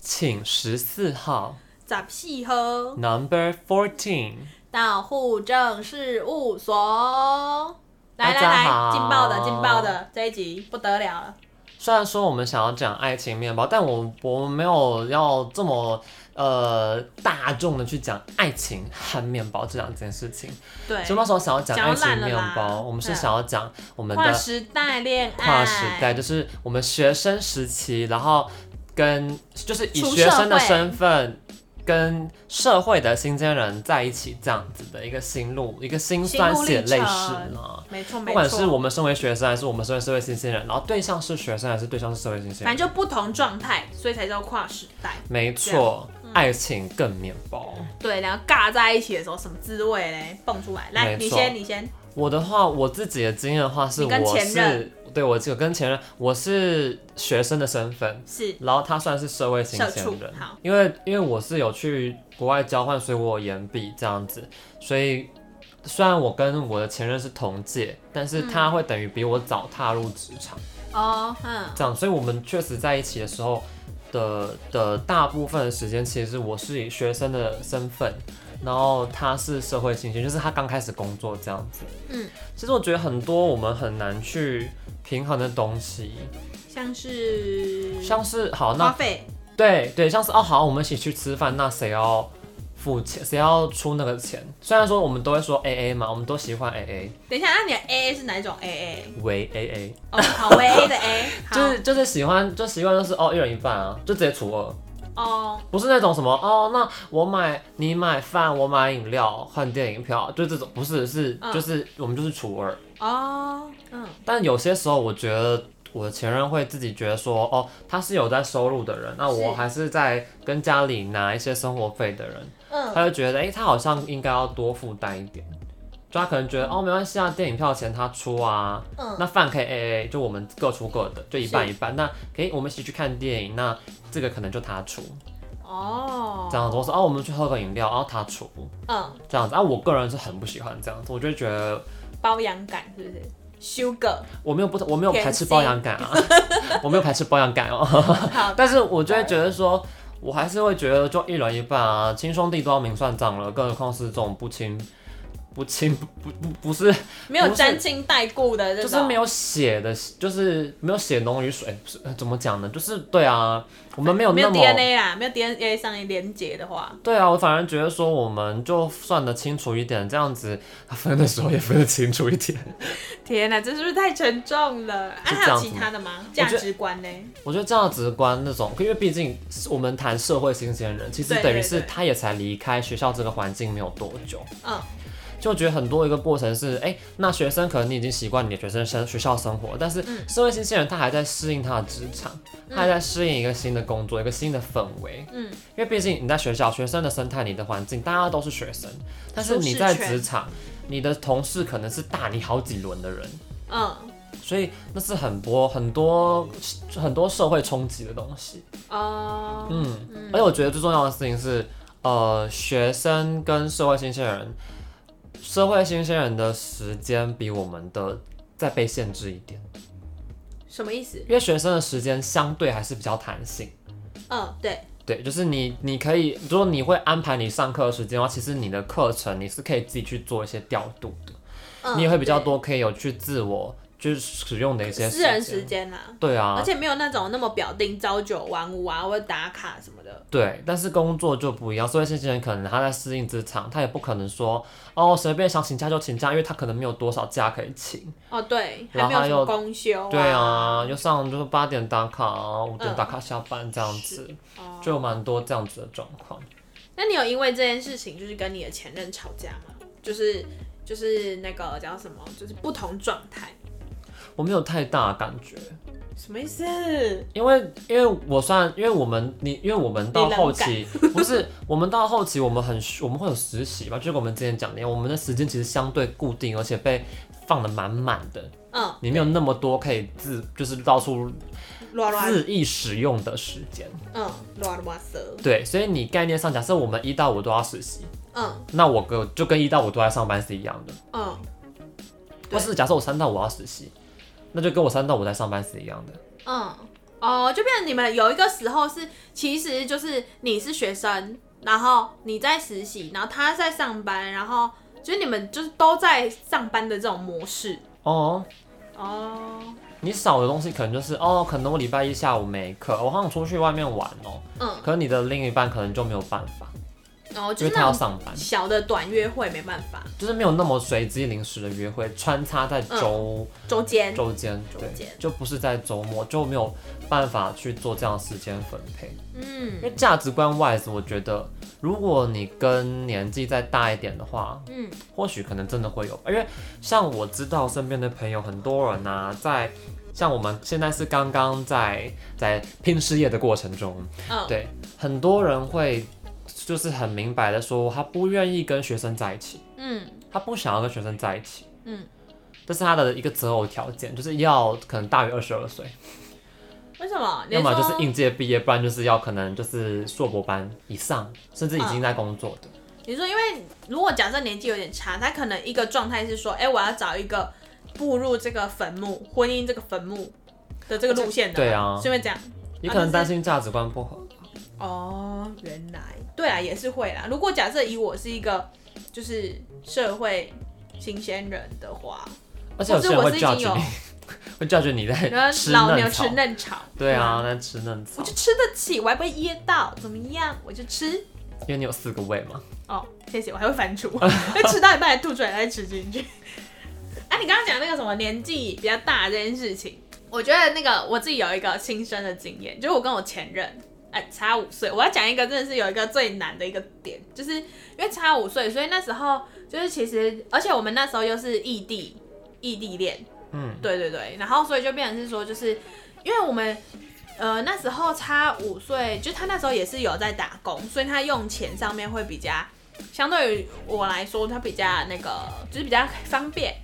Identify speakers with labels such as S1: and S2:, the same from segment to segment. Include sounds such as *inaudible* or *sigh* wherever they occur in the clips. S1: 请十四号
S2: 咋屁喝？
S1: Number Fourteen。
S2: 到户政事务所。来
S1: 大
S2: 来
S1: 家
S2: 来，
S1: 好
S2: 劲爆的劲爆的这一集不得了了。
S1: 虽然说我们想要讲爱情面包，但我我们没有要这么呃大众的去讲爱情和面包这两件事情。
S2: 对，
S1: 所以那时候想要讲
S2: 讲
S1: 爱情
S2: 烂了
S1: 面
S2: 啦
S1: 包，我们是
S2: 嗯
S1: 想要讲我们
S2: 跨
S1: 的
S2: 时代恋爱，
S1: 跨时代，就是我们学生时期，然后跟就是以
S2: 出
S1: 学
S2: 社
S1: 生的
S2: 会
S1: 身份跟社会的新鲜人在一起这样子的一个心路，一个辛
S2: 心
S1: 酸
S2: 路
S1: 血
S2: 历
S1: 泪史
S2: 程
S1: 呢。
S2: 没错没错。
S1: 不管是我们身为学生，还是我们身为社会新鲜人，然后对象是学生，还是对象是社会新鲜
S2: 反
S1: 人，
S2: 正就不同状态，所以才叫跨时代。
S1: 没错，
S2: 嗯
S1: 爱情更面包。
S2: 对，然后尬在一起的时候，什么滋味嘞？蹦出来，来，
S1: 没
S2: 你
S1: 错
S2: 先，你先。
S1: 我的话，我自己的经验的话是，
S2: 你跟
S1: 我
S2: 前
S1: 是
S2: 任
S1: 对我这个跟前任，我是学生的身份，
S2: 是
S1: 然后他算是社会新
S2: 社
S1: 鲜
S2: 畜
S1: 人
S2: 好，
S1: 因为因为我是有去国外交换，所以我有延毕这样子，所以虽然我跟我的前任是同届，但是
S2: 嗯
S1: 他会等于比我早踏入职场，
S2: 哦，嗯，
S1: 这样，所以我们确实在一起的时候的的大部分的时间，其实我是以学生的身份，然后他是社会新鲜，就是他刚开始工作这样子，
S2: 嗯，
S1: 其实我觉得很多我们很难去平衡的东西，
S2: 像是
S1: 像是好那
S2: 花费，
S1: 对对，像是哦好，我们一起去吃饭，那谁要付钱，谁要出那个钱？虽然说我们都会说 A A 嘛，我们都喜欢 A A，
S2: 等一下，那你的 A 是哪一种 AA？
S1: 为 A A，
S2: 哦，好，微 A 的 A，好，
S1: 就是就是喜欢就习惯就是哦一人一半啊，就直接除二，
S2: 哦，
S1: 不是那种什么哦那我买你买饭我买饮料换电影票，就这种不是是
S2: 嗯
S1: 就是我们就是除二。
S2: 哦，嗯，
S1: 但有些时候我觉得。我的前任会自己觉得说，哦，他是有在收入的人，那我
S2: 是
S1: 还是在跟家里拿一些生活费的人，
S2: 嗯，
S1: 他就觉得，哎、他好像应该要多负担一点，就他可能觉得，哦，没关系啊，电影票钱他出啊，
S2: 嗯
S1: 那饭可以 A A，就我们各出各的，就一半一半。那可以我们一起去看电影，那这个可能就他出，
S2: 哦，
S1: 这样子。我说，哦，我们去喝个饮料，然后他出，
S2: 嗯，
S1: 这样子。啊，我个人是很不喜欢这样子，我就觉得
S2: 包养感是不是？Sugar，
S1: 我没有不，我没有排斥
S2: 偏心
S1: 包养感啊， *laughs* 我没有排斥包养感哦， *laughs*
S2: *laughs* 好，
S1: 但是我就会觉得说。我还是会觉得就一人一半啊，亲兄弟都要明算账了，更何况是这种不亲不亲不不不不是
S2: 没有
S1: 不是
S2: 沾亲带故的这
S1: 就
S2: 种，
S1: 是没有血的，就是没有血浓于水，不是呃怎么讲呢？就是对啊，我们没有
S2: 没
S1: 那
S2: 有
S1: 么
S2: DNA 啦，没有 DNA 上的连接的话，
S1: 对啊。我反而觉得说，我们就算得清楚一点，这样子分的时候也分得清楚一点。
S2: *laughs* 天哪，这是不是太沉重了？啊，
S1: 是
S2: 还
S1: 这样
S2: 有
S1: 子
S2: 其他的吗？
S1: 觉
S2: 价
S1: 得
S2: 值观呢？
S1: 我觉得价值观那种，因为毕竟我们谈社会新鲜人，其实
S2: 对
S1: 等于
S2: 对
S1: 是
S2: 对
S1: 他也才离开学校这个环境没有多久。
S2: 嗯，
S1: 就觉得很多一个过程是，哎、那学生可能你已经习惯你的学生生学校生活，但是
S2: 嗯
S1: 社会新鲜人他还在适应他的职场，他还在适应一个新的工作，一个新的氛围。
S2: 嗯，
S1: 因为毕竟你在学校，学生的生态、你的环境，大家都是学生，但是
S2: 舒适
S1: 你在
S2: 圈
S1: 职场，你的同事可能是大你好几轮的人，
S2: 嗯，
S1: 所以那是很多很多很多社会冲击的东西。
S2: 哦，
S1: 嗯，
S2: 嗯
S1: 而且我觉得最重要的事情是，呃，学生跟社会新鲜人，社会新鲜人的时间比我们的再被限制一点，
S2: 什么意思？
S1: 因为学生的时间相对还是比较弹性。
S2: 嗯，对，
S1: 对，就是你，你可以，如果你会安排你上课的时间的话，其实你的课程你是可以自己去做一些调度的，
S2: 嗯
S1: 你也会比较多可以有去自我就是使用的一
S2: 对
S1: 些
S2: 私人时。间啦，
S1: 对啊，
S2: 而且没有那种那么表定朝九晚五啊，或者打卡什么的。
S1: 对，但是工作就不一样，所以新鲜人可能他在适应职场，他也不可能说哦随便想请假就请假，因为他可能没有多少假可以请。
S2: 哦，对，还
S1: 然后
S2: 没有
S1: 还
S2: 什
S1: 有
S2: 么公休。
S1: 对，啊，又上就是八点打卡啊，五点
S2: 嗯
S1: 打卡下班这样子，
S2: 哦，
S1: 就有蛮多这样子的状况。
S2: 那你有因为这件事情就是跟你的前任吵架吗？就是就是那个叫什么，就是不同状态，
S1: 我没有太大的感觉，
S2: 什么意思？
S1: 因为因为我算因为我们你因为我们到
S2: *laughs* 你冷
S1: 后期不是我们到后期我们很我们会有实习嘛，就跟我们之前讲的一样，我们的时间其实相对固定，而且被放的满满的，
S2: 嗯，
S1: 你没有那么多可以自就是到处
S2: 乱乱，
S1: 自意使用的时间。
S2: 嗯，乱乱蛇，
S1: 对，所以你概念上，假设我们一到五都要实习，
S2: 嗯
S1: 那我跟就跟一到五都在上班是一样的。
S2: 嗯，对
S1: 或是假设我三到五要实习，那就跟我三到五在上班是一样的。
S2: 嗯，哦，哦，就变成你们有一个时候是，其实就是你是学生，然后你在实习，然后他在上班，然后就是你们就是都在上班的这种模式。
S1: 哦，
S2: 哦，
S1: 你少的东西可能就是哦，可能我礼拜一下午没课，我好想出去外面玩哦。
S2: 嗯，
S1: 可是你的另一半可能就没有办法，
S2: 然后
S1: 因
S2: 就
S1: 为
S2: 是
S1: 他要
S2: 那种
S1: 上班，
S2: 小的短约会没办法，
S1: 就是没有那么随机临时的约会，穿插在周、
S2: 周间。
S1: 周间，对
S2: 嗯周间，
S1: 就不是在周末，就没有办法去做这样的时间分配。因为
S2: 嗯
S1: 价值观 wise，我觉得如果你跟年纪再大一点的话，
S2: 嗯
S1: 或许可能真的会有，因为像我知道身边的朋友很多人呐、在像我们现在是刚刚在在拼事业的过程中，
S2: 嗯，
S1: 对，很多人会就是很明白的说，他不愿意跟学生在一起，
S2: 嗯
S1: 他不想要跟学生在一起，
S2: 嗯，
S1: 这是他的一个择偶条件，就是要可能大于二十二岁，
S2: 为什么？你
S1: 要
S2: 是
S1: 么就
S2: 说
S1: 是应届毕业，不然就是要可能就是硕博班以上，甚至已经在工作的。
S2: 你说，因为如果假设年纪有点差，他可能一个状态是说，哎、我要找一个步入这个坟墓、婚姻这个坟墓的这个路线的，
S1: 对啊
S2: 是因为这样。
S1: 也可能担心价值观不合，
S2: 哦，原来，对啊，也是会啦。如果假设以我是一个就是社会新鲜人的话，
S1: 而且有些人
S2: 或
S1: 会
S2: 是我是已经
S1: judge 你， *laughs* 会 judge 你
S2: 然
S1: 在
S2: 后
S1: 吃
S2: 老牛
S1: 嫩草
S2: 吃。嫩草，嗯
S1: 对啊，，在吃嫩草
S2: 我，就吃得起，我还不会噎到，怎么样？我就吃。
S1: 因为你有四个胃嘛。
S2: 哦，谢谢，我还会反刍，会吃到一半还吐出来，再吃进去。 *laughs* 哎、你刚刚讲那个什么年纪比较大这件事情，我觉得那个我自己有一个亲身的经验，就是我跟我前任，哎、差五岁。我要讲一个真的是有一个最难的一个点，就是因为差五岁，所以那时候就是其实，而且我们那时候又是异地异地恋，
S1: 嗯，
S2: 对对对，然后所以就变成是说，就是因为我们呃那时候差五岁，就他那时候也是有在打工，所以他用钱上面会比较，相对于我来说，他比较那个就是比较方便，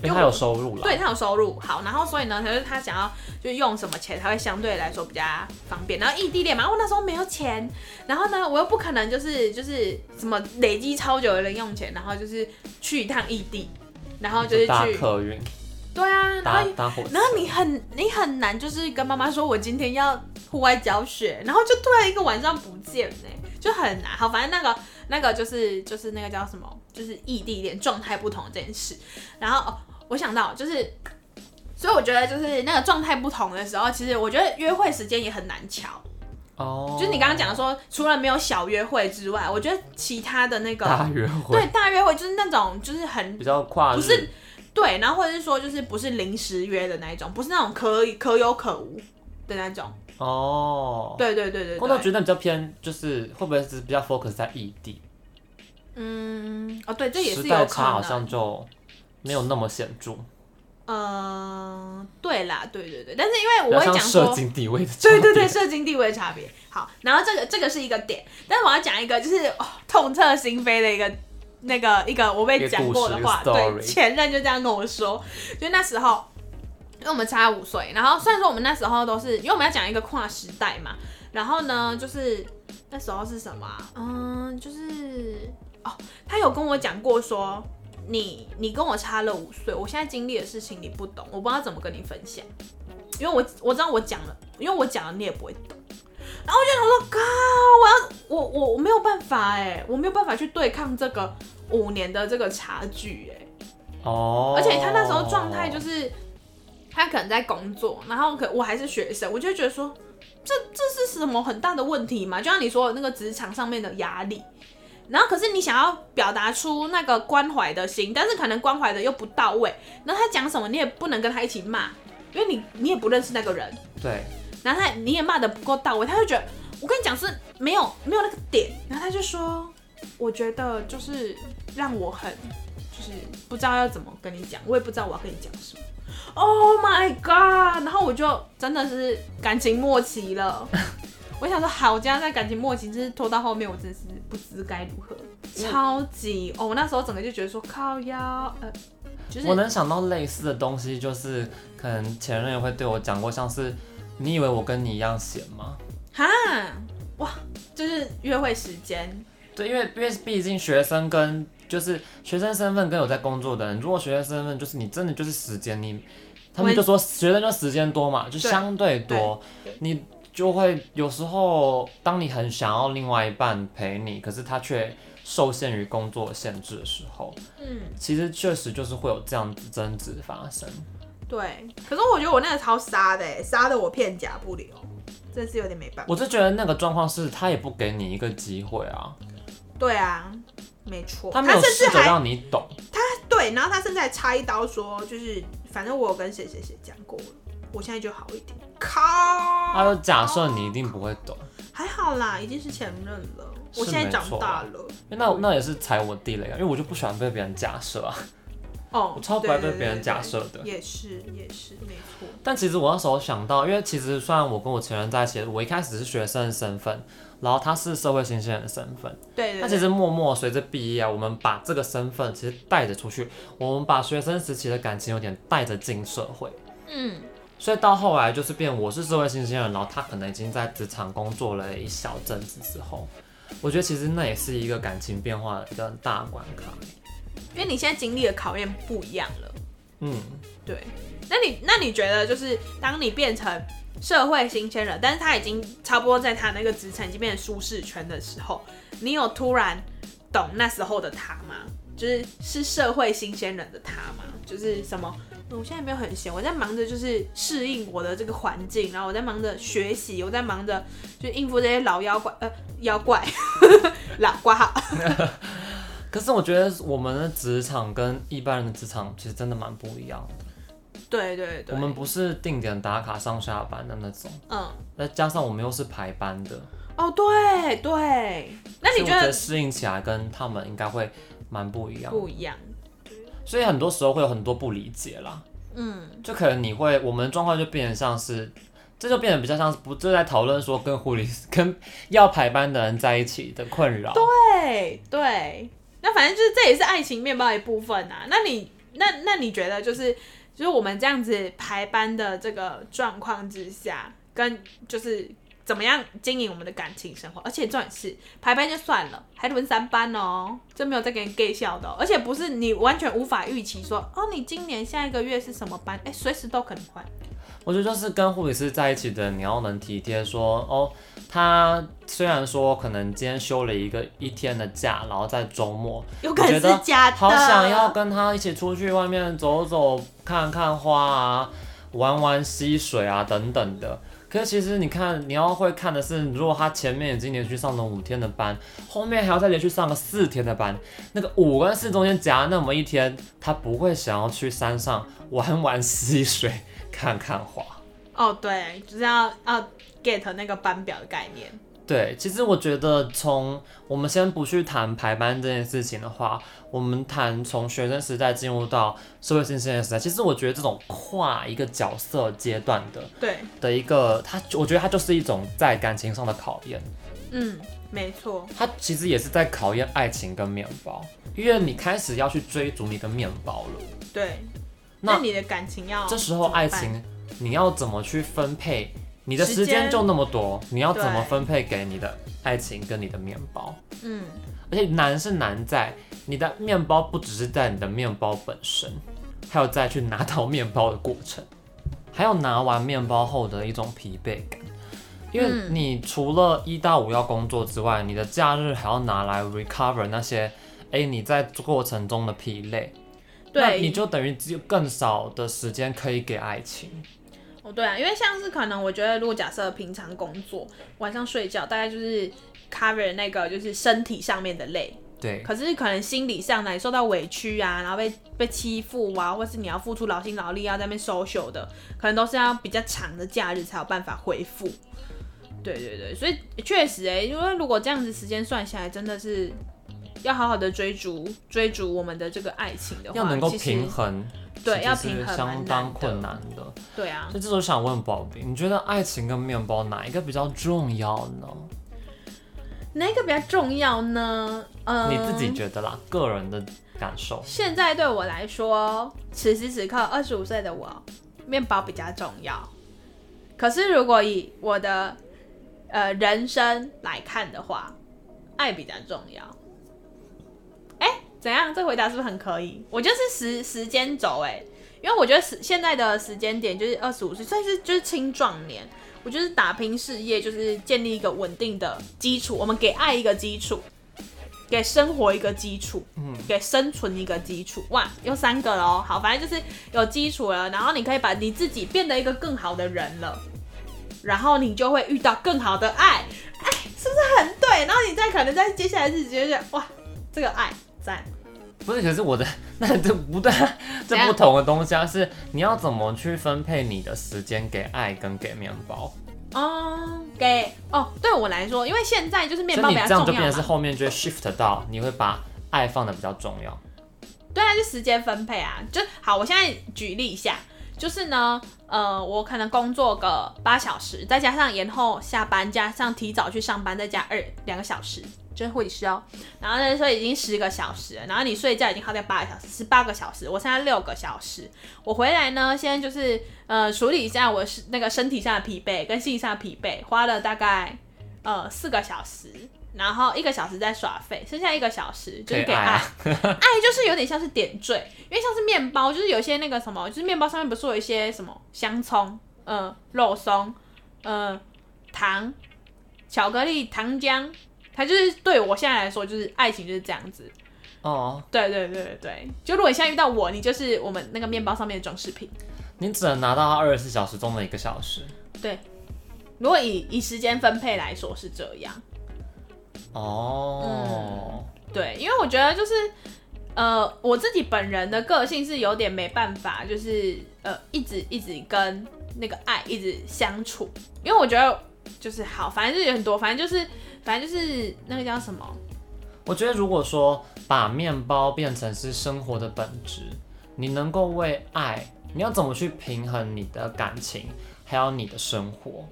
S1: 因为他有收入了。
S2: 对他有收入。好，然后所以呢，他就是他想要就是用什么钱，他会相对来说比较方便。然后异地恋嘛，我那时候没有钱，然后呢，我又不可能就是就是什么累积超久的零用钱，然后就是去一趟异地，然
S1: *laughs*
S2: 后就是
S1: 搭
S2: 去
S1: 客运，
S2: 对啊，然
S1: 搭
S2: 后
S1: 搭火车。
S2: 然后你很你很难，就是跟妈妈说我今天要户外教学，然后就突然一个晚上不见呢、就很难。好，反正那个那个就是就是那个叫什么，就是异地恋状态不同这件事。然后、哦、我想到就是，所以我觉得就是那个状态不同的时候，其实我觉得约会时间也很难瞧。
S1: 哦，
S2: 就是你刚刚讲的说，除了没有小约会之外，我觉得其他的那个
S1: 大约会
S2: 对大约会就是那种就是很
S1: 比较跨日，
S2: 不是对，然后或者是说就是不是临时约的那一种，不是那种可以可有可无的那种。
S1: 哦。
S2: 对对对对
S1: 工作
S2: 对。
S1: 觉得比较偏，就是会不会是比较 focus 在异地？
S2: 嗯，哦对，这也
S1: 时
S2: 是
S1: 代
S2: 有可
S1: 差好
S2: 能。
S1: 像就没有那么显著，
S2: 嗯、对啦，对对对，但是因为
S1: 比较
S2: 我会
S1: 像
S2: 讲
S1: 社
S2: 说，
S1: 经地位的差
S2: 对对对，
S1: 别，
S2: 社经地位差别。好，然后这个这个是一个点，但是我要讲一个就是、哦、痛彻心扉的一个那个一个我被讲过的话，
S1: 一个故事一个
S2: 对，
S1: story
S2: 前任就这样跟我说，就那时候，因为我们差五岁，然后虽然说我们那时候都是因为我们要讲一个跨时代嘛，然后呢就是那时候是什么啊、嗯，就是哦，他有跟我讲过说。你你跟我差了五岁，我现在经历的事情你不懂，我不知道怎么跟你分享，因为我我知道我讲了，因为我讲了你也不会懂。然后我就想说，靠，我要我我我没有办法哎、我没有办法去对抗这个五年的这个差距哎、
S1: 哦。
S2: 而且他那时候状态就是，他可能在工作，然后可我还是学生，我就觉得说，这这是什么很大的问题嘛？就像你说的那个职场上面的压力，然后可是你想要表达出那个关怀的心，但是可能关怀的又不到位，然后他讲什么你也不能跟他一起骂，因为你你也不认识那个人，
S1: 对，
S2: 然后他你也骂的不够到位，他就觉得我跟你讲是没有没有那个点，然后他就说，我觉得就是让我很就是不知道要怎么跟你讲，我也不知道我要跟你讲什么。Oh my god！然后我就真的是感情末期了。我想说，好，我今天在感情末期，就是拖到后面，我真的是不知该如何，超级哦，我那时候整个就觉得说靠腰，呃，就是
S1: 我能想到类似的东西，就是可能前任也会对我讲过，像是你以为我跟你一样闲吗？
S2: 哈哇，就是约会时间，
S1: 对，因为因为毕竟学生跟就是学生身份跟有在工作的人，如果学生身份就是你真的就是时间，你他们就说学生就时间多嘛，就相对多
S2: 对对，
S1: 你就会有时候，当你很想要另外一半陪你，可是他却受限于工作限制的时候，
S2: 嗯，
S1: 其实确实就是会有这样子争执发生。
S2: 对。可是我觉得我那个超杀的、欸，杀的我片甲不留，真是有点没办法。
S1: 我就觉得那个状况是他也不给你一个机会啊，
S2: 对啊，没错。
S1: 没有
S2: 甚至
S1: 试着
S2: 还
S1: 让你懂。
S2: 对，然后他甚至还插一刀说，就是反正我有跟谁谁谁讲过了，我现在就好一点。靠，
S1: 他就假设你一定不会懂，
S2: 还好啦，已经是前任了，
S1: 是
S2: 我现在
S1: 没
S2: 长
S1: 错
S2: 大
S1: 啊
S2: 了。
S1: 因为那那也是踩我地雷啊，因为我就不喜欢被别人假设啊。 *laughs*
S2: 哦，
S1: 我超不
S2: 对
S1: 爱被
S2: 对
S1: 别人
S2: 对
S1: 假
S2: 对
S1: 设的
S2: 也是也是没错。
S1: 但其实我那时候想到，因为其实虽然我跟我前任在一起，我一开始是学生的身份，然后他是社会新鲜人的身份，
S2: 对对
S1: 那
S2: 对，
S1: 其实默默随着毕业啊，我们把这个身份其实带着出去，我们把学生时期的感情有点带着进社会，
S2: 嗯，
S1: 所以到后来就是变我是社会新鲜人，然后他可能已经在职场工作了一小阵子之后，我觉得其实那也是一个感情变化的一个很大的关卡。
S2: 因为你现在经历的考验不一样了。
S1: 嗯，
S2: 对，那你那你觉得就是当你变成社会新鲜人，但是他已经差不多在他那个职场已经变成舒适圈的时候，你有突然懂那时候的他吗？就是是社会新鲜人的他吗？就是什么？嗯我现在没有很闲，我在忙着就是适应我的这个环境，然后我在忙着学习，我在忙着就应付这些老妖怪，呃，妖怪， *laughs* 老挂号。
S1: 可是我觉得我们的职场跟一般人的职场其实真的蛮不一样的。
S2: 对对对，
S1: 我们不是定点打卡上下班的那种，
S2: 嗯，
S1: 再加上我们又是排班的，
S2: 哦，对对，那
S1: 所以我
S2: 你觉
S1: 觉
S2: 得
S1: 得适应起来跟他们应该会蛮不一样，
S2: 不一样？
S1: 所以很多时候会有很多不理解啦。
S2: 嗯，
S1: 就可能你会，我们的状况就变得像是，这就变得比较像是不就在讨论说跟护理师跟要排班的人在一起的困扰。
S2: 对啊对，那反正就是这也是爱情面包的一部分啊。那你那那你觉得就是就是我们这样子排班的这个状况之下，跟就是怎么样经营我们的感情生活？而且重点是排班就算了，还轮三班哦，这没有在给你 gay 笑的哦、而且不是你完全无法预期说哦，你今年下一个月是什么班？哎，随时都可能换。
S1: 我觉得就是跟护理师在一起的，你要能体贴说哦，他虽然说可能今天休了一个一天的假，然后在周末，
S2: 有
S1: 我
S2: 可能
S1: 觉得
S2: 是假的
S1: 好想要跟他一起出去外面走走、看看花啊、玩玩溪水啊等等的。可是其实你看，你要会看的是，如果他前面已经连续上了五天的班，后面还要再连续上个四天的班，那个五跟四中间夹那么一天，他不会想要去山上玩玩溪水、看看花。
S2: 哦，对，就是要要 get 那个班表的概念。
S1: 对，其实我觉得从我们先不去谈排班这件事情的话，我们谈从学生时代进入到社会新鲜人时代，其实我觉得这种跨一个角色阶段的
S2: 对，
S1: 的一个，它我觉得它就是一种在感情上的考验，
S2: 嗯，没错。
S1: 它其实也是在考验爱情跟面包，因为你开始要去追逐你的面包了，
S2: 对，
S1: 那
S2: 那你的感情要
S1: 这时候爱
S2: 哦怎么
S1: 情你要怎么去分配？你的
S2: 时
S1: 时间
S2: 间
S1: 就那么多，你要怎么
S2: 对
S1: 分配给你的爱情跟你的面包？
S2: 嗯，
S1: 而且难是难在你的面包不只是在你的面包本身，还有在去拿到面包的过程，还有拿完面包后的一种疲惫感。因为
S2: 嗯
S1: 你除了一到五要工作之外，你的假日还要拿来 recover 那些，哎、你在过程中的疲累，那
S2: 对，
S1: 你就等于只有更少的时间可以给爱情。
S2: 哦对啊，因为像是可能我觉得，如果假设平常工作晚上睡觉，大概就是 cover 那个就是身体上面的累，
S1: 对，
S2: 可是可能心理上呢，你受到委屈啊，然后被被欺负啊，或是你要付出劳心劳力要在那边 social 的，可能都是要比较长的假日才有办法恢复。对对对，所以确实哎、因为如果这样子时间算下来，真的是要好好的追逐追逐我们的这个爱情的话，
S1: 要能够
S2: 其实
S1: 平衡，
S2: 对
S1: 其
S2: 要
S1: 实
S2: 平衡
S1: 相
S2: 蛮
S1: 当
S2: 难
S1: 困
S2: 的
S1: 难的。
S2: 对啊，
S1: 所以这时候想问宝贝，你觉得爱情跟面包哪一个比较重要呢？
S2: 哪一个比较重要呢？嗯，
S1: 你自己觉得啦，个人的感受。
S2: 现在对我来说，此时此刻二十五岁的我，面包比较重要。可是如果以我的呃人生来看的话，爱比较重要。哎、怎样？这回答是不是很可以？我就是时时间轴哎，因为我觉得时现在的时间点就是二十五岁，算是就是青壮年。我就是打拼事业，就是建立一个稳定的基础。我们给爱一个基础，给生活一个基础，嗯，给生存一个基础。哇，有三个了哦。好，反正就是有基础了，然后你可以把你自己变得一个更好的人了，然后你就会遇到更好的爱。哎，是不是很对？然后你再可能在接下来日子就觉得哇，这个爱赞。
S1: 不是，可是我的 *laughs* 那这不
S2: *laughs*
S1: 对啊，这
S2: 怎样
S1: 不同的东西啊，是你要怎么去分配你的时间给爱跟给面包，
S2: 哦，给哦，对我来说，因为现在就是面
S1: 所
S2: 包
S1: 以
S2: 比
S1: 你
S2: 较
S1: 这样就
S2: 重
S1: 变
S2: 要
S1: 成是
S2: 嘛。
S1: 后面就会 shift 到你会把爱放的比较重要。
S2: 对啊，就时间分配啊，就好。我现在举例一下，就是呢，呃，我可能工作个八小时，再加上延后下班，加上提早去上班，再加二两个小时，就是护理师哦。然后呢，所以已经十个小时了，然后你睡觉已经耗掉八个小时，十八个小时，我现在六个小时。我回来呢，现在就是呃处理一下我是那个身体上的疲惫跟心理上的疲惫，花了大概呃四个小时。然后一个小时在耍废，剩下一个小时就是给
S1: 给爱
S2: 爱
S1: 啊，
S2: 爱就是有点像是点缀，因为像是面包，就是有些那个什么，就是面包上面不是有一些什么香葱、呃肉松、呃糖、巧克力、糖浆，它就是对我现在来说，就是爱情就是这样子。
S1: 哦，
S2: 对对对对对，就如果你现在遇到我，你就是我们那个面包上面的装饰品。
S1: 你只能拿到二十四小时中的一个小时。
S2: 对，如果以以时间分配来说是这样。嗯
S1: 哦，
S2: 对，因为我觉得就是，呃，我自己本人的个性是有点没办法，就是呃，一直一直跟那个爱一直相处，因为我觉得就是好，反正就是有很多，反正就是反正就是那个叫什么，
S1: 我觉得如果说把面包变成是生活的本质，你能够为爱，你要怎么去平衡你的感情，还有你的生活？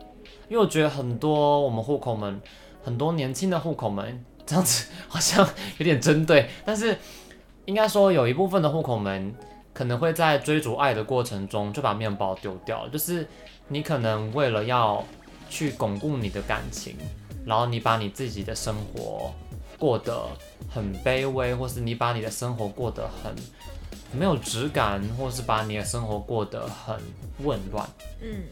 S1: 因为我觉得很多我们户口们，很多年轻的户口们，这样子好像有点针对，但是应该说有一部分的户口们可能会在追逐爱的过程中就把面包丢掉了，就是你可能为了要去巩固你的感情，然后你把你自己的生活过得很卑微，或是你把你的生活过得很没有质感，或是把你的生活过得很混乱。
S2: 嗯，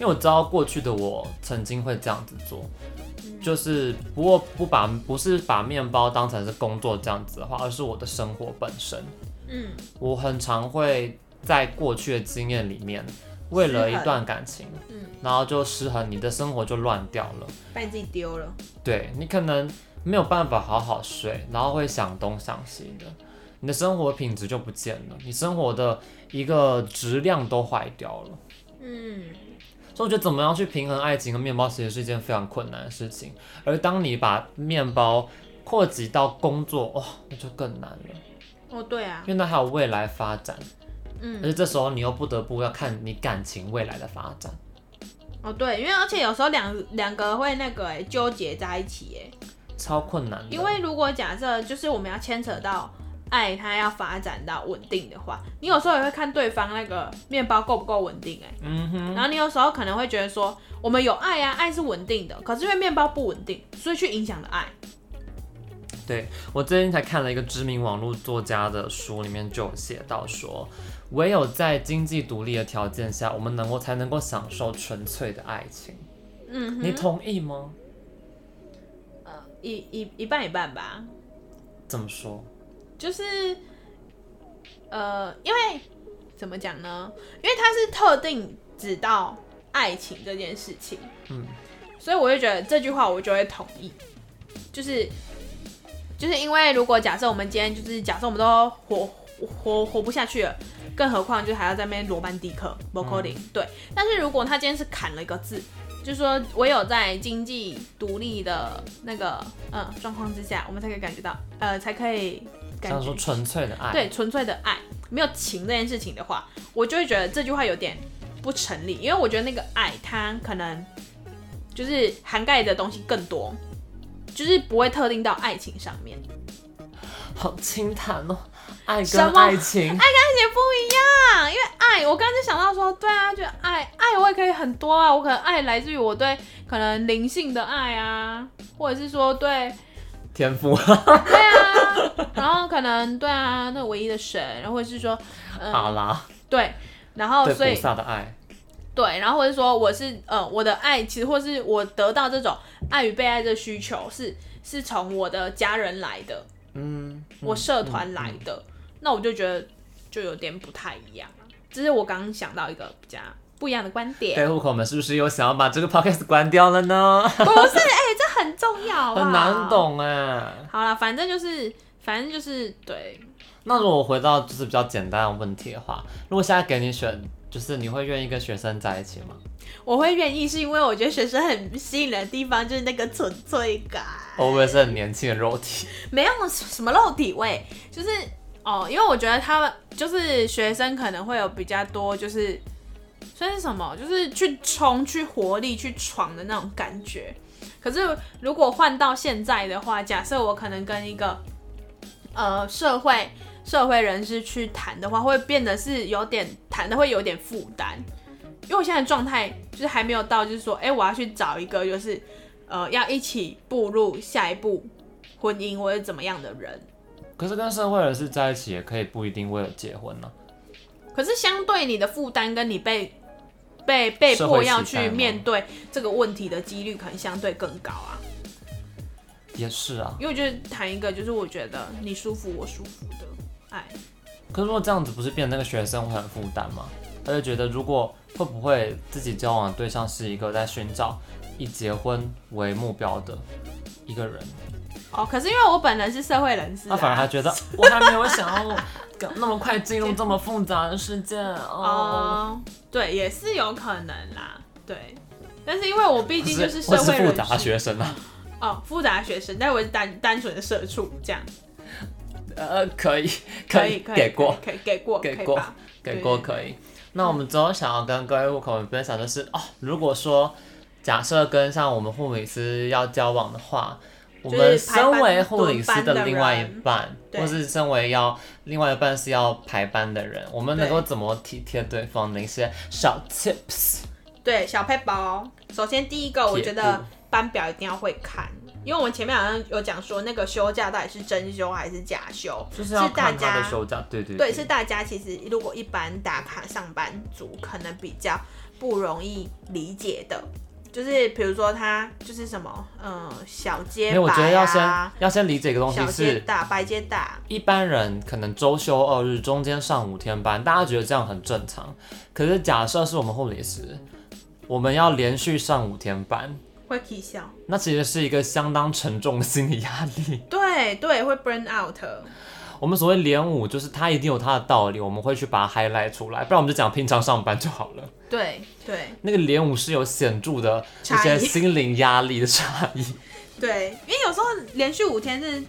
S1: 因为我知道过去的我曾经会这样子做，
S2: 嗯
S1: 就是不过不把不是把面包当成是工作这样子的话，而是我的生活本身。
S2: 嗯，
S1: 我很常会在过去的经验里面，为了一段感情，
S2: 嗯
S1: 然后就失衡，你的生活就乱掉了。
S2: 把你自己丢了，
S1: 对你可能没有办法好好睡，然后会想东想西的，你的生活品质就不见了，你生活的一个质量都坏掉了。
S2: 嗯，
S1: 所以我觉得怎么样去平衡爱情跟面包，其实是一件非常困难的事情。而当你把面包扩及到工作，哇、那就更难了，
S2: 哦，对啊
S1: 因，为那还有未来发展，而
S2: 嗯，
S1: 且这时候你又不得不要看你感情未来的发展。
S2: 哦对，因为而且有时候两两个会那个哎、纠结在一起哎、
S1: 超困难的，
S2: 因为如果假设就是我们要牵扯到爱，它要发展到稳定的话，你有时候也会看对方那个面包够不够稳定哎、
S1: 嗯哼，
S2: 然后你有时候可能会觉得说，我们有爱啊，爱是稳定的，可是因为面包不稳定，所以去影响了爱。
S1: 对我最近才看了一个知名网络作家的书，里面就有写到说，唯有在经济独立的条件下，我们能够才能够享受纯粹的爱情。
S2: 嗯
S1: 你
S2: 哼，
S1: 同意吗？
S2: 呃一一一半一半吧，
S1: 怎么说？
S2: 就是呃，因为怎么讲呢？因为它是特定指到爱情这件事情，
S1: 嗯，
S2: 所以我就觉得这句话我就会同意，就是就是因为如果假设我们今天就是假设我们都活活活不下去了，更何况就是还要在那边罗曼蒂克 b o c o l i n 对。但是如果他今天是砍了一个字，就是说唯有在经济独立的那个嗯状况之下，我们才可以感觉到呃才可以感
S1: 像
S2: 觉
S1: 说纯粹的爱，，
S2: 对纯粹的爱，没有情这件事情的话，我就会觉得这句话有点不成立，因为我觉得那个爱它可能就是涵盖的东西更多，就是不会特定到爱情上面，
S1: 嗯好清谈哦，爱
S2: 什
S1: 跟
S2: 么
S1: 爱情，
S2: 而且不一样，因为爱，我刚刚就想到说，对啊，就爱爱我也可以很多啊，我可能爱来自于我对可能灵性的爱啊，或者是说对
S1: 天
S2: *laughs*
S1: 赋，
S2: 对啊，然后可能对啊，那唯一的神，然后或者是说，嗯、
S1: 阿拉
S2: 对，然后
S1: 对
S2: 哦所以
S1: 菩萨的爱，
S2: 对，然后或者说我是呃我的爱，其实或是我得到这种爱与被爱的需求是是从我的家人来的，
S1: 嗯，
S2: 我社团来的，那我就觉得就有点不太一样啊。这是我刚刚想到一个比较不一样的观点，
S1: 对户口们是不是又想要把这个 podcast 关掉了呢？
S2: 不是哎、这很重要啊，
S1: *laughs* 很难。懂哎。
S2: 好啦，反正就是反正就是对，
S1: 那如果回到就是比较简单的问题的话，如果现在给你选，就是你会愿意跟学生在一起吗？
S2: 我会愿意是因为我觉得学生很吸引人的地方就是那个纯粹感，
S1: 会不会是很年轻的肉体？
S2: 没有什么肉体味，就是哦，因为我觉得他们就是学生可能会有比较多就是。算是什么？就是去冲、去活力、去闯的那种感觉。可是如果换到现在的话，假设我可能跟一个呃社会社会人士去谈的话，会变得是有点谈的会有点负担，因为我现在的状态就是还没有到，就是说，哎、我要去找一个就是呃要一起步入下一步婚姻或者怎么样的人。
S1: *laughs* 可是跟社会人士在一起也可以不一定为了结婚呢、
S2: 可是相对你的负担跟你被被被
S1: 社会哦
S2: 迫
S1: 期
S2: 要
S1: 待
S2: 去
S1: 吗
S2: 面对这个问题的几率，可能相对更高啊。
S1: 也是啊。
S2: 因为我觉得谈一个就是我觉得你舒服我舒服的爱，
S1: 可是如果这样子，不是变成那个学生会很负担吗？他就觉得，如果会不会自己交往的对象是一个在寻找以结婚为目标的一个 *laughs* 人，
S2: 哦，可是因为我本人是社会人士、
S1: 他
S2: 啊，
S1: 反而还觉 *laughs* 得我还没有想要那么快进入这么复杂的世界哦。
S2: 哦，对，也是有可能啦，对。但是因为我毕竟就
S1: 我是
S2: 社会
S1: 复
S2: 人
S1: 杂
S2: 士
S1: 学生啊，
S2: 哦，复杂学生，但我是单单纯的社畜这样，
S1: 呃，可以，
S2: 可
S1: 以，
S2: 可以
S1: 给过，，
S2: 可以可以给过，
S1: 给
S2: 可以
S1: 过
S2: 吧
S1: 给过可以。那我们之后想要跟各位户口们分享的是，哦，如果说假设跟上我们护理师要交往的话，我们
S2: 就是排班
S1: 身为护理师
S2: 轮班的
S1: 另外一
S2: 人
S1: 半，
S2: 对
S1: 或是身为要另外一半是要排班的人，我们能
S2: 对
S1: 够怎么体贴对方的一些小 tips？
S2: 对，小配包。首先第一个，我
S1: 撇
S2: 觉
S1: 步
S2: 得班表一定要会看，因为我们前面好像有讲说那个休假到底是真休还是假休，
S1: 就是要
S2: 大
S1: 看他
S2: 家
S1: 的休假，对对
S2: 对，是大家其实如果一般打卡上班族可能比较不容易理解的，就是比如说他就是什么，嗯、小
S1: 因
S2: 街
S1: 为我觉得要
S2: 白
S1: 先
S2: 啊，
S1: 要先理解一个东西
S2: 小街
S1: 是，
S2: 大、白街大，
S1: 一般人可能周休二日，中间上五天班，大家觉得这样很正常。可是假设是我们护理师，我们要连续上五天班，
S2: 会起笑，
S1: 那其实是一个相当沉重的心理压力。
S2: 对对，会 burn out，
S1: 我们所谓连五，就是它一定有它的道理，我们会去把它 highlight 出来，不然我们就讲平常上班就好了。
S2: 对对
S1: 那个连五是有显著的一
S2: 差
S1: 些
S2: 异
S1: 心灵压力的差异。 *laughs*
S2: 对，因为有时候连续五天是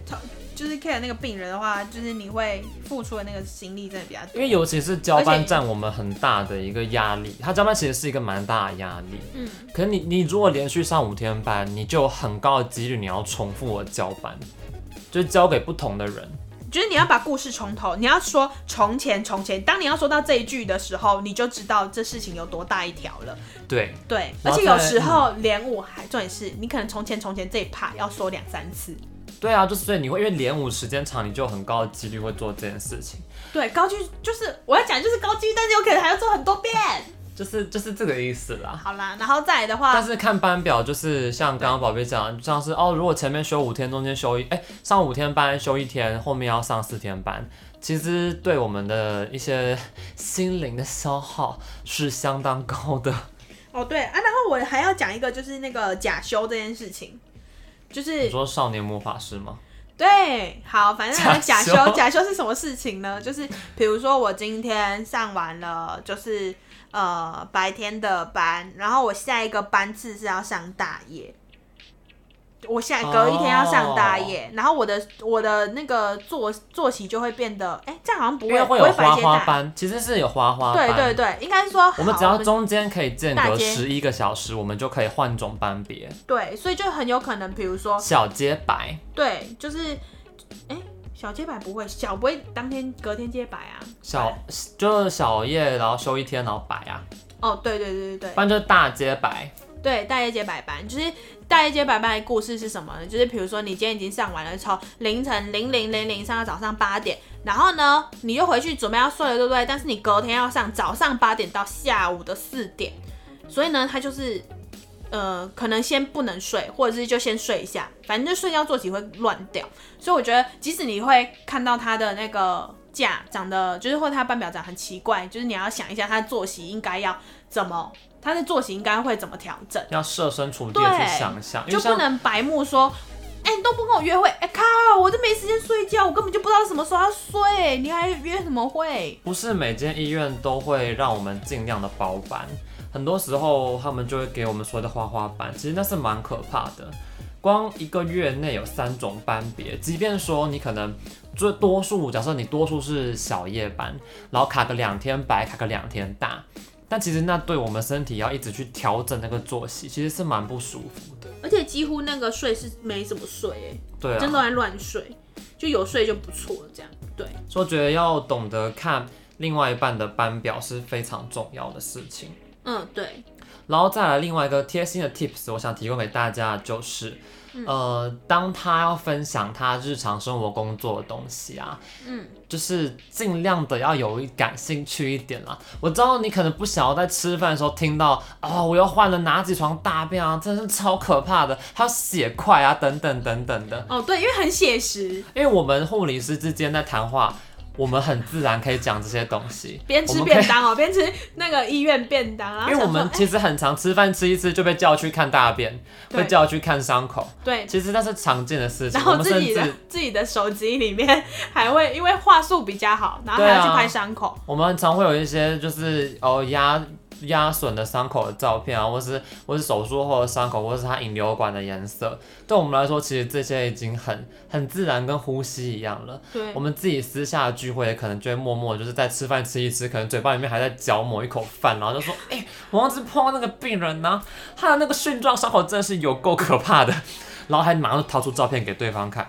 S2: 就是 care 那个病人的话，就是你会付出的那个心力真的比较
S1: 因为尤其是交
S2: 而
S1: 班
S2: 且
S1: 占我们很大的一个压力，它交班其实是一个蛮大的压力。
S2: 嗯，
S1: 可是你你如果连续上五天班，你就有很高的几率你要重复的交班，就是交给不同的人。
S2: 就是你要把故事从头，你要说从前从前。当你要说到这一句的时候，你就知道这事情有多大一条了。
S1: 对，
S2: 对，
S1: 然
S2: 而
S1: 后
S2: 且
S1: 再
S2: 有时候连我还重点是，你可能从前从前这一趴要说两三次。
S1: 对啊，就是所以你会因为连五时间长，你就有很高的几率会做这件事情，
S2: 对，高居就是我要讲就是高居，但是有可能还要做很多遍。
S1: 就是就是这个意思啦。
S2: 好啦，然后再来的
S1: 但
S2: 话，
S1: 是看班表，就是像刚刚宝贝讲，像是哦，如果前面休五天，中间休一，哎、上五天班休一天，后面要上四天班，其实对我们的一些心灵的消耗是相当高的。
S2: 哦对啊，然后我还要讲一个就是那个假修这件事情，就是
S1: 你说少年魔法师吗？
S2: 对，好，反正那个
S1: 假
S2: 假
S1: 修
S2: 修假修是什么事情呢？就是比如说我今天上完了，就是呃白天的班，然后我下一个班次是要上大夜，我下隔一天要上大夜
S1: 哦
S2: 然后我的我的那个作作息就会变得，哎、这样好像不
S1: 因
S2: 会
S1: 为
S2: 不
S1: 会有
S2: 白
S1: 花
S2: 天
S1: 花
S2: 大，
S1: 班，其实是有花花班。
S2: 对对对，应该说
S1: 我们
S2: 好
S1: 只要中间可以间
S2: 大
S1: 隔
S2: 街
S1: 十一个小时，我们就可以换种班别，
S2: 对，所以就很有可能，比如说
S1: 小街白。
S2: 对，就是哎、小街白不会，小不会当天隔天街白啊。
S1: 小就是小夜，然后休一天，然后白啊，
S2: 哦，对对对对
S1: 不
S2: 对，
S1: 然就是大街白。
S2: 对，大夜街百班就是大夜街百班的故事是什么呢？就是比如说你今天已经上完了，从凌晨零零零零上到早上八点，然后呢，你又回去准备要睡了，对不对？但是你隔天要上早上八点到下午的四点，所以呢，他就是呃，可能先不能睡，或者是就先睡一下，反正就睡觉作息会乱掉。所以我觉得，即使你会看到他的那个架长得，就是或他班表长得很奇怪，就是你要想一下他的作息应该要怎么，他的作息应该会怎么调整。
S1: 要设身处地的去
S2: 对
S1: 想一下，因
S2: 就
S1: 为
S2: 不
S1: 像
S2: 能白目说，哎、你都不跟我约会，哎、靠，我都没时间睡觉，我根本就不知道什么时候要睡，你还约什么会？
S1: 不是每间医院都会让我们尽量的包班，很多时候他们就会给我们所谓的花花班，其实那是蛮可怕的。光一个月内有三种班别，即便说你可能最多数，假设你多数是小夜班，然后卡个两天白，卡个两天大，但其实那对我们身体要一直去调整那个作息，其实是蛮不舒服的。
S2: 而且几乎那个睡是没怎么睡、
S1: 对
S2: 哎、
S1: 啊，
S2: 真的在乱睡，就有睡就不错了，这样对。
S1: 所以我觉得要懂得看另外一半的班表是非常重要的事情。
S2: 嗯，对，
S1: 然后再来另外一个贴心的 tips，我想提供给大家的就是，
S2: 嗯
S1: 呃，当他要分享他日常生活工作的东西啊，
S2: 嗯，
S1: 就是尽量的要有一感兴趣一点啦。我知道你可能不想要在吃饭的时候听到啊、我又换了哪几床大便啊，真是超可怕的，还有血块啊，等等等等的。
S2: 哦，对，因为很写实，
S1: 因为我们护理师之间在谈话，我们很自然可以讲这些东西，
S2: 边
S1: 我
S2: 吃
S1: 们可以
S2: 便当哦，边吃那个医院便当，然后
S1: 因为我
S2: 想说
S1: 们
S2: 哎
S1: 其实很常吃饭吃一吃就被叫去看大便，
S2: 对
S1: 被叫去看伤口，
S2: 对，
S1: 其实那是常见的事情。
S2: 然
S1: 我
S2: 后
S1: 们
S2: 自
S1: 甚
S2: 己的
S1: 至
S2: 自己的手机里面还会因为话术比较好，然后还
S1: 对
S2: 要去
S1: 啊
S2: 拍伤口，
S1: 我们常会有一些就是哦压压损的伤口的照片啊，或是或是手术后的伤口，或是它引流管的颜色。对我们来说，其实这些已经很很自然，跟呼吸一样了。
S2: 对
S1: 我，们自己私下的聚会，可能就会默默就是在吃饭吃一吃，可能嘴巴里面还在嚼某一口饭，然后就说：“哎、我上次碰到那个病人呢、他的那个蕈状伤口真的是有够可怕的。”然后还马上掏出照片给对方看，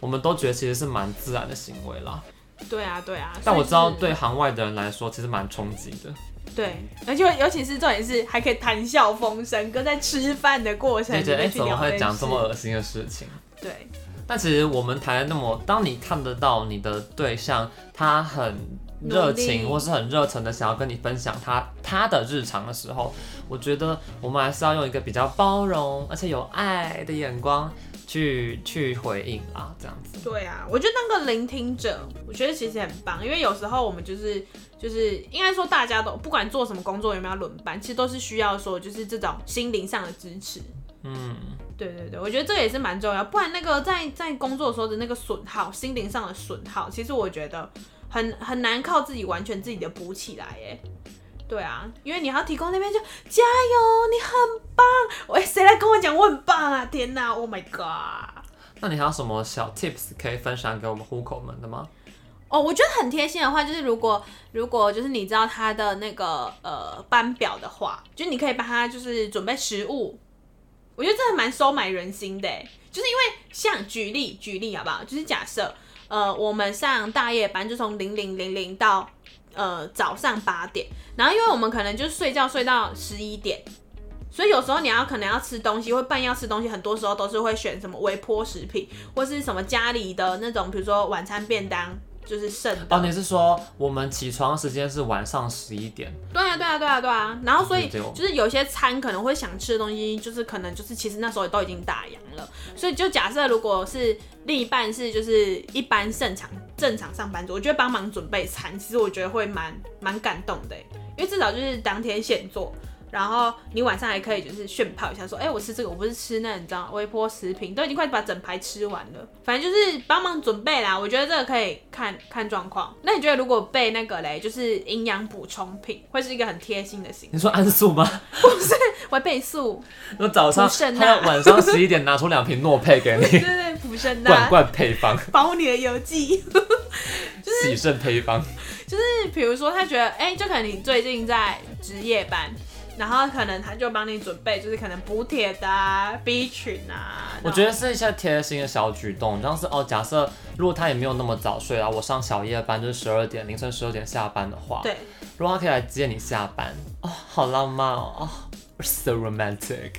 S1: 我们都觉得其实是蛮自然的行为啦。
S2: 对啊，对啊。
S1: 但我知道
S2: 所以是
S1: 对行外的人来说，其实蛮冲击的。
S2: 对，而且尤其是重点是还可以谈笑风生，跟在吃饭的过
S1: 就
S2: 程里
S1: 觉得哎、
S2: 面去
S1: 怎
S2: 聊
S1: 么会
S2: 这
S1: 讲
S2: 件
S1: 这么
S2: 事
S1: 恶心的事情？
S2: 对，
S1: 但其实我们谈了那么，当你看得到你的对象，他很
S2: 努力
S1: 热情或是很热忱的想要跟你分享他他的日常的时候，我觉得我们还是要用一个比较包容而且有爱的眼光去去回应啦，这样子。
S2: 对啊，我觉得那个聆听者，我觉得其实很棒，因为有时候我们就是就是应该说大家都不管做什么工作有没有轮班，其实都是需要说就是这种心灵上的支持。
S1: 嗯，
S2: 对对对，我觉得这也是蛮重要，不然那个在在工作的时候的那个损耗，心灵上的损耗，其实我觉得很很难靠自己完全自己的补起来耶。对啊，因为你要提供那边就加油，你很棒。喂，谁来跟我讲我很棒啊？天哪，Oh my god！
S1: 那你还有什么小 tips 可以分享给我们户口们的吗？
S2: 哦，我觉得很贴心的话，就是如果如果就是你知道他的那个呃班表的话，就是你可以帮他就是准备食物，我觉得这还蛮收买人心的欸，就是因为像举例举例好不好？就是假设呃我们上大夜班就从零零零零到呃早上八点，然后因为我们可能就睡觉睡到十一点。所以有时候你要可能要吃东西，或半夜要吃东西，很多时候都是会选什么微波食品，或是什么家里的那种，比如说晚餐便当，就是剩的。
S1: 哦，你是说我们起床时间是晚上十一点？
S2: 对啊，对啊，对啊，对啊。然后所以
S1: 对哦
S2: 就是有些餐可能会想吃的东西，就是可能就是其实那时候都已经打烊了。所以就假设如果是另一半是就是一般正常正常上班族，我就会帮忙准备餐，其实我觉得会蛮蛮感动的欸，因为至少就是当天现做。然后你晚上还可以就是炫泡一下，说，哎、我吃这个，我不是吃那，你知道微波食品，都已经快把整排吃完了。反正就是帮忙准备啦，我觉得这个可以看看状况。那你觉得如果备那个嘞，就是营养补充品，会是一个很贴心的行为？
S1: 你说安素吗？ *laughs*
S2: 会倍速，
S1: 那早上
S2: 补肾啊
S1: 他要晚上十一点拿出两瓶诺佩给
S2: *laughs* 对 *laughs*
S1: 你，
S2: 对对，补肾
S1: 罐
S2: 钠，
S1: 罐配方。
S2: 保护你的油剂。
S1: 喜肾配方，
S2: *laughs* 就是比如说，他觉得，哎、就可能你最近在值夜班。然后可能他就帮你准备，就是可能补铁的啊、B 群啊。
S1: *laughs* 我
S2: 那种
S1: 觉得是一些贴心的小举动，像是哦，假设如果他也没有那么早睡啊，我上小夜班就是十二点，凌晨十二点下班的话，
S2: 对，
S1: 如果他可以来接你下班，哦，好浪漫哦，哦 so romantic。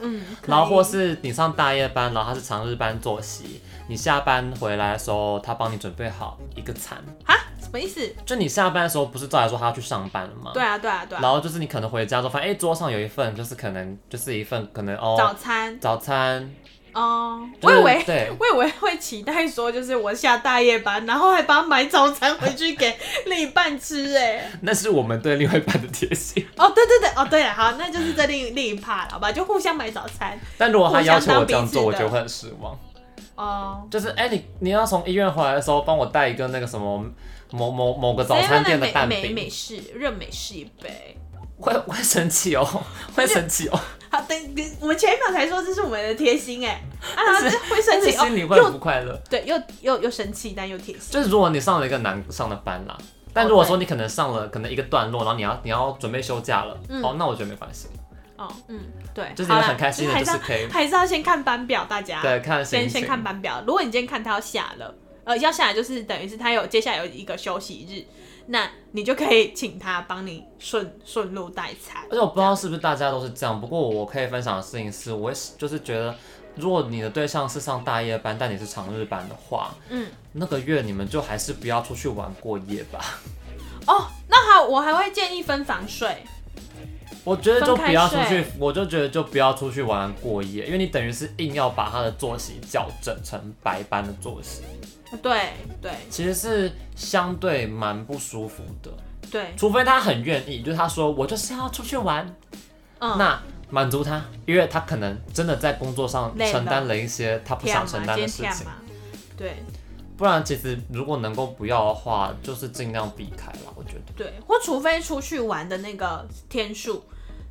S2: 嗯，可以
S1: 然后或是你上大夜班，然后他是长日班作息，你下班回来的时候，他帮你准备好一个餐。
S2: 啊，什么意思？
S1: 就你下班的时候，不是照来说他要去上班了吗？
S2: 对。啊，对啊，对啊，
S1: 然后就是你可能回家之后发现，哎、桌上有一份，就是可能就是一份可能哦
S2: 早餐
S1: 早餐，
S2: 哦，
S1: 就
S2: 我
S1: 是
S2: 以为。
S1: 对，
S2: *laughs* 我以为会期待说，就是我下大夜班，然后还帮他买早餐回去给另一半吃、哎，
S1: *laughs* 那是我们对另外一半的贴
S2: *laughs*
S1: 心。
S2: 哦，对对对，哦对了，好，那就是这另另一趴了，好吧，就互相买早餐，
S1: 但如果他要求我这样做，
S2: 互
S1: 我
S2: 相当
S1: 就
S2: 彼此的
S1: 会很失望。
S2: 哦，
S1: 就是哎、你你要从医院回来的时候，帮我带一个那个什么某某某个早餐店的蛋
S2: 美美
S1: 饼
S2: 美，式热美式一杯。
S1: 会 *laughs* 会生气
S2: *laughs*
S1: 哦，会生气哦，
S2: 好，等等，我们前一秒才说这是我们的贴心哎、啊，然后这会生
S1: 但
S2: 气
S1: 是
S2: 哦，
S1: 心里会很
S2: 又
S1: 不快乐。
S2: 对，又又又生气，但又贴心。
S1: 就是如果你上了一个难上的班啦，但如果说你可能上了可能一个段落，然后你要你要准备休假了，
S2: 嗯
S1: 哦，那我觉得没关系，
S2: 哦，嗯，对，
S1: 就是你
S2: 好
S1: 们
S2: 啦
S1: 很开心的，
S2: 还
S1: 就是是
S2: 要
S1: 可以
S2: 还是要先看班表，大家
S1: 对看心
S2: 先
S1: 情
S2: 先看班表。如果你今天看他要下了，呃，要下来就是等于是他有接下来有一个休息日，那你就可以请他帮你顺顺路带餐。
S1: 而且我不知道是不是大家都是这样，不过我可以分享的事情是，我就是觉得，如果你的对象是上大夜班，但你是长日班的话，
S2: 嗯，
S1: 那个月你们就还是不要出去玩过夜吧。
S2: 哦，那还我还会建议分房睡。
S1: 我觉得就不要出
S2: 分开
S1: 去，我就觉得就不要出去玩过夜，因为你等于是硬要把他的作息矫正成白班的作息，
S2: 对对
S1: 其实是相对蛮不舒服的。
S2: 对，
S1: 除非他很愿意，就是他说我就是要出去玩，
S2: 嗯，
S1: 那满足他，因为他可能真的在工作上
S2: 累了
S1: 承担了一些他不
S2: 天
S1: 想
S2: 嘛，
S1: 承担
S2: 今
S1: 的
S2: 天
S1: 事
S2: 天啊
S1: 情。
S2: 嘛，对，
S1: 不然，其实如果能够不要的话，就是尽量避开啦。我觉得，
S2: 对，或除非出去玩的那个天数，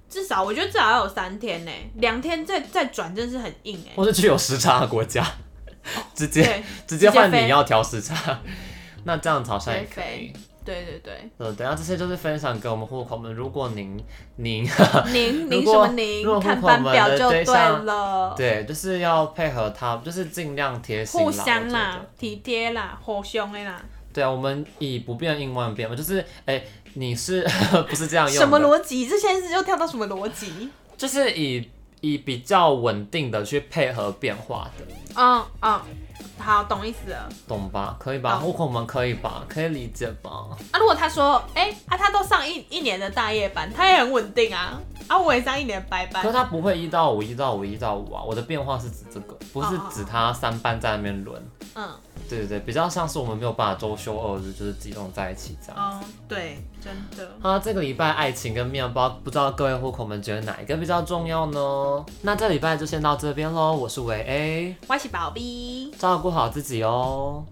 S2: 至少我觉得至少要有三天呢、两天再再转真的是很硬哎、
S1: 或是去有时差的国家， *laughs* 直接
S2: 对
S1: 直接换
S2: 直接飞
S1: 你要调时差，那这样子好像也可以
S2: 直接。对对对，
S1: 呃，等一下这些就是分享给我们户口们。如果您您 *laughs*
S2: 您
S1: 如
S2: 您什
S1: 果
S2: 么您
S1: 如果
S2: 看
S1: 户口
S2: 班
S1: 们
S2: 表
S1: 的
S2: 就
S1: 对
S2: 对
S1: 象
S2: 了，
S1: 对，就是要配合他，就是尽量贴心啦。
S2: 互相
S1: 我觉
S2: 啦
S1: 得，
S2: 体贴啦，互相的啦，
S1: 对啊，我们以不变应万变嘛，就是哎、你是 *laughs* 不是这样用的？
S2: 什么逻辑？这现在是又跳到什么逻辑？
S1: 就是以以比较稳定的去配合变化的，
S2: 嗯嗯，好，懂意思了。
S1: 懂吧？可以吧？
S2: 懂
S1: 户口们可以吧？可以理解吧？
S2: 啊，如果他说，哎、啊，他都上一一年的大夜班，他也很稳定啊，啊，我也上一年的白班
S1: 可是，他不会一到五，一到五，一到五啊！我的变化是指这个，不是指他三班在那边轮。
S2: 嗯
S1: 对对对，比较像是我们没有办法周休二日，就是集中在一起这样。
S2: 嗯，对，真的。
S1: 好、这个礼拜爱情跟面包，不知道各位户口们觉得哪一个比较重要呢？那这礼拜就先到这边喽。我是维 A，
S2: 我是宝贝，
S1: 照顾好自己哦。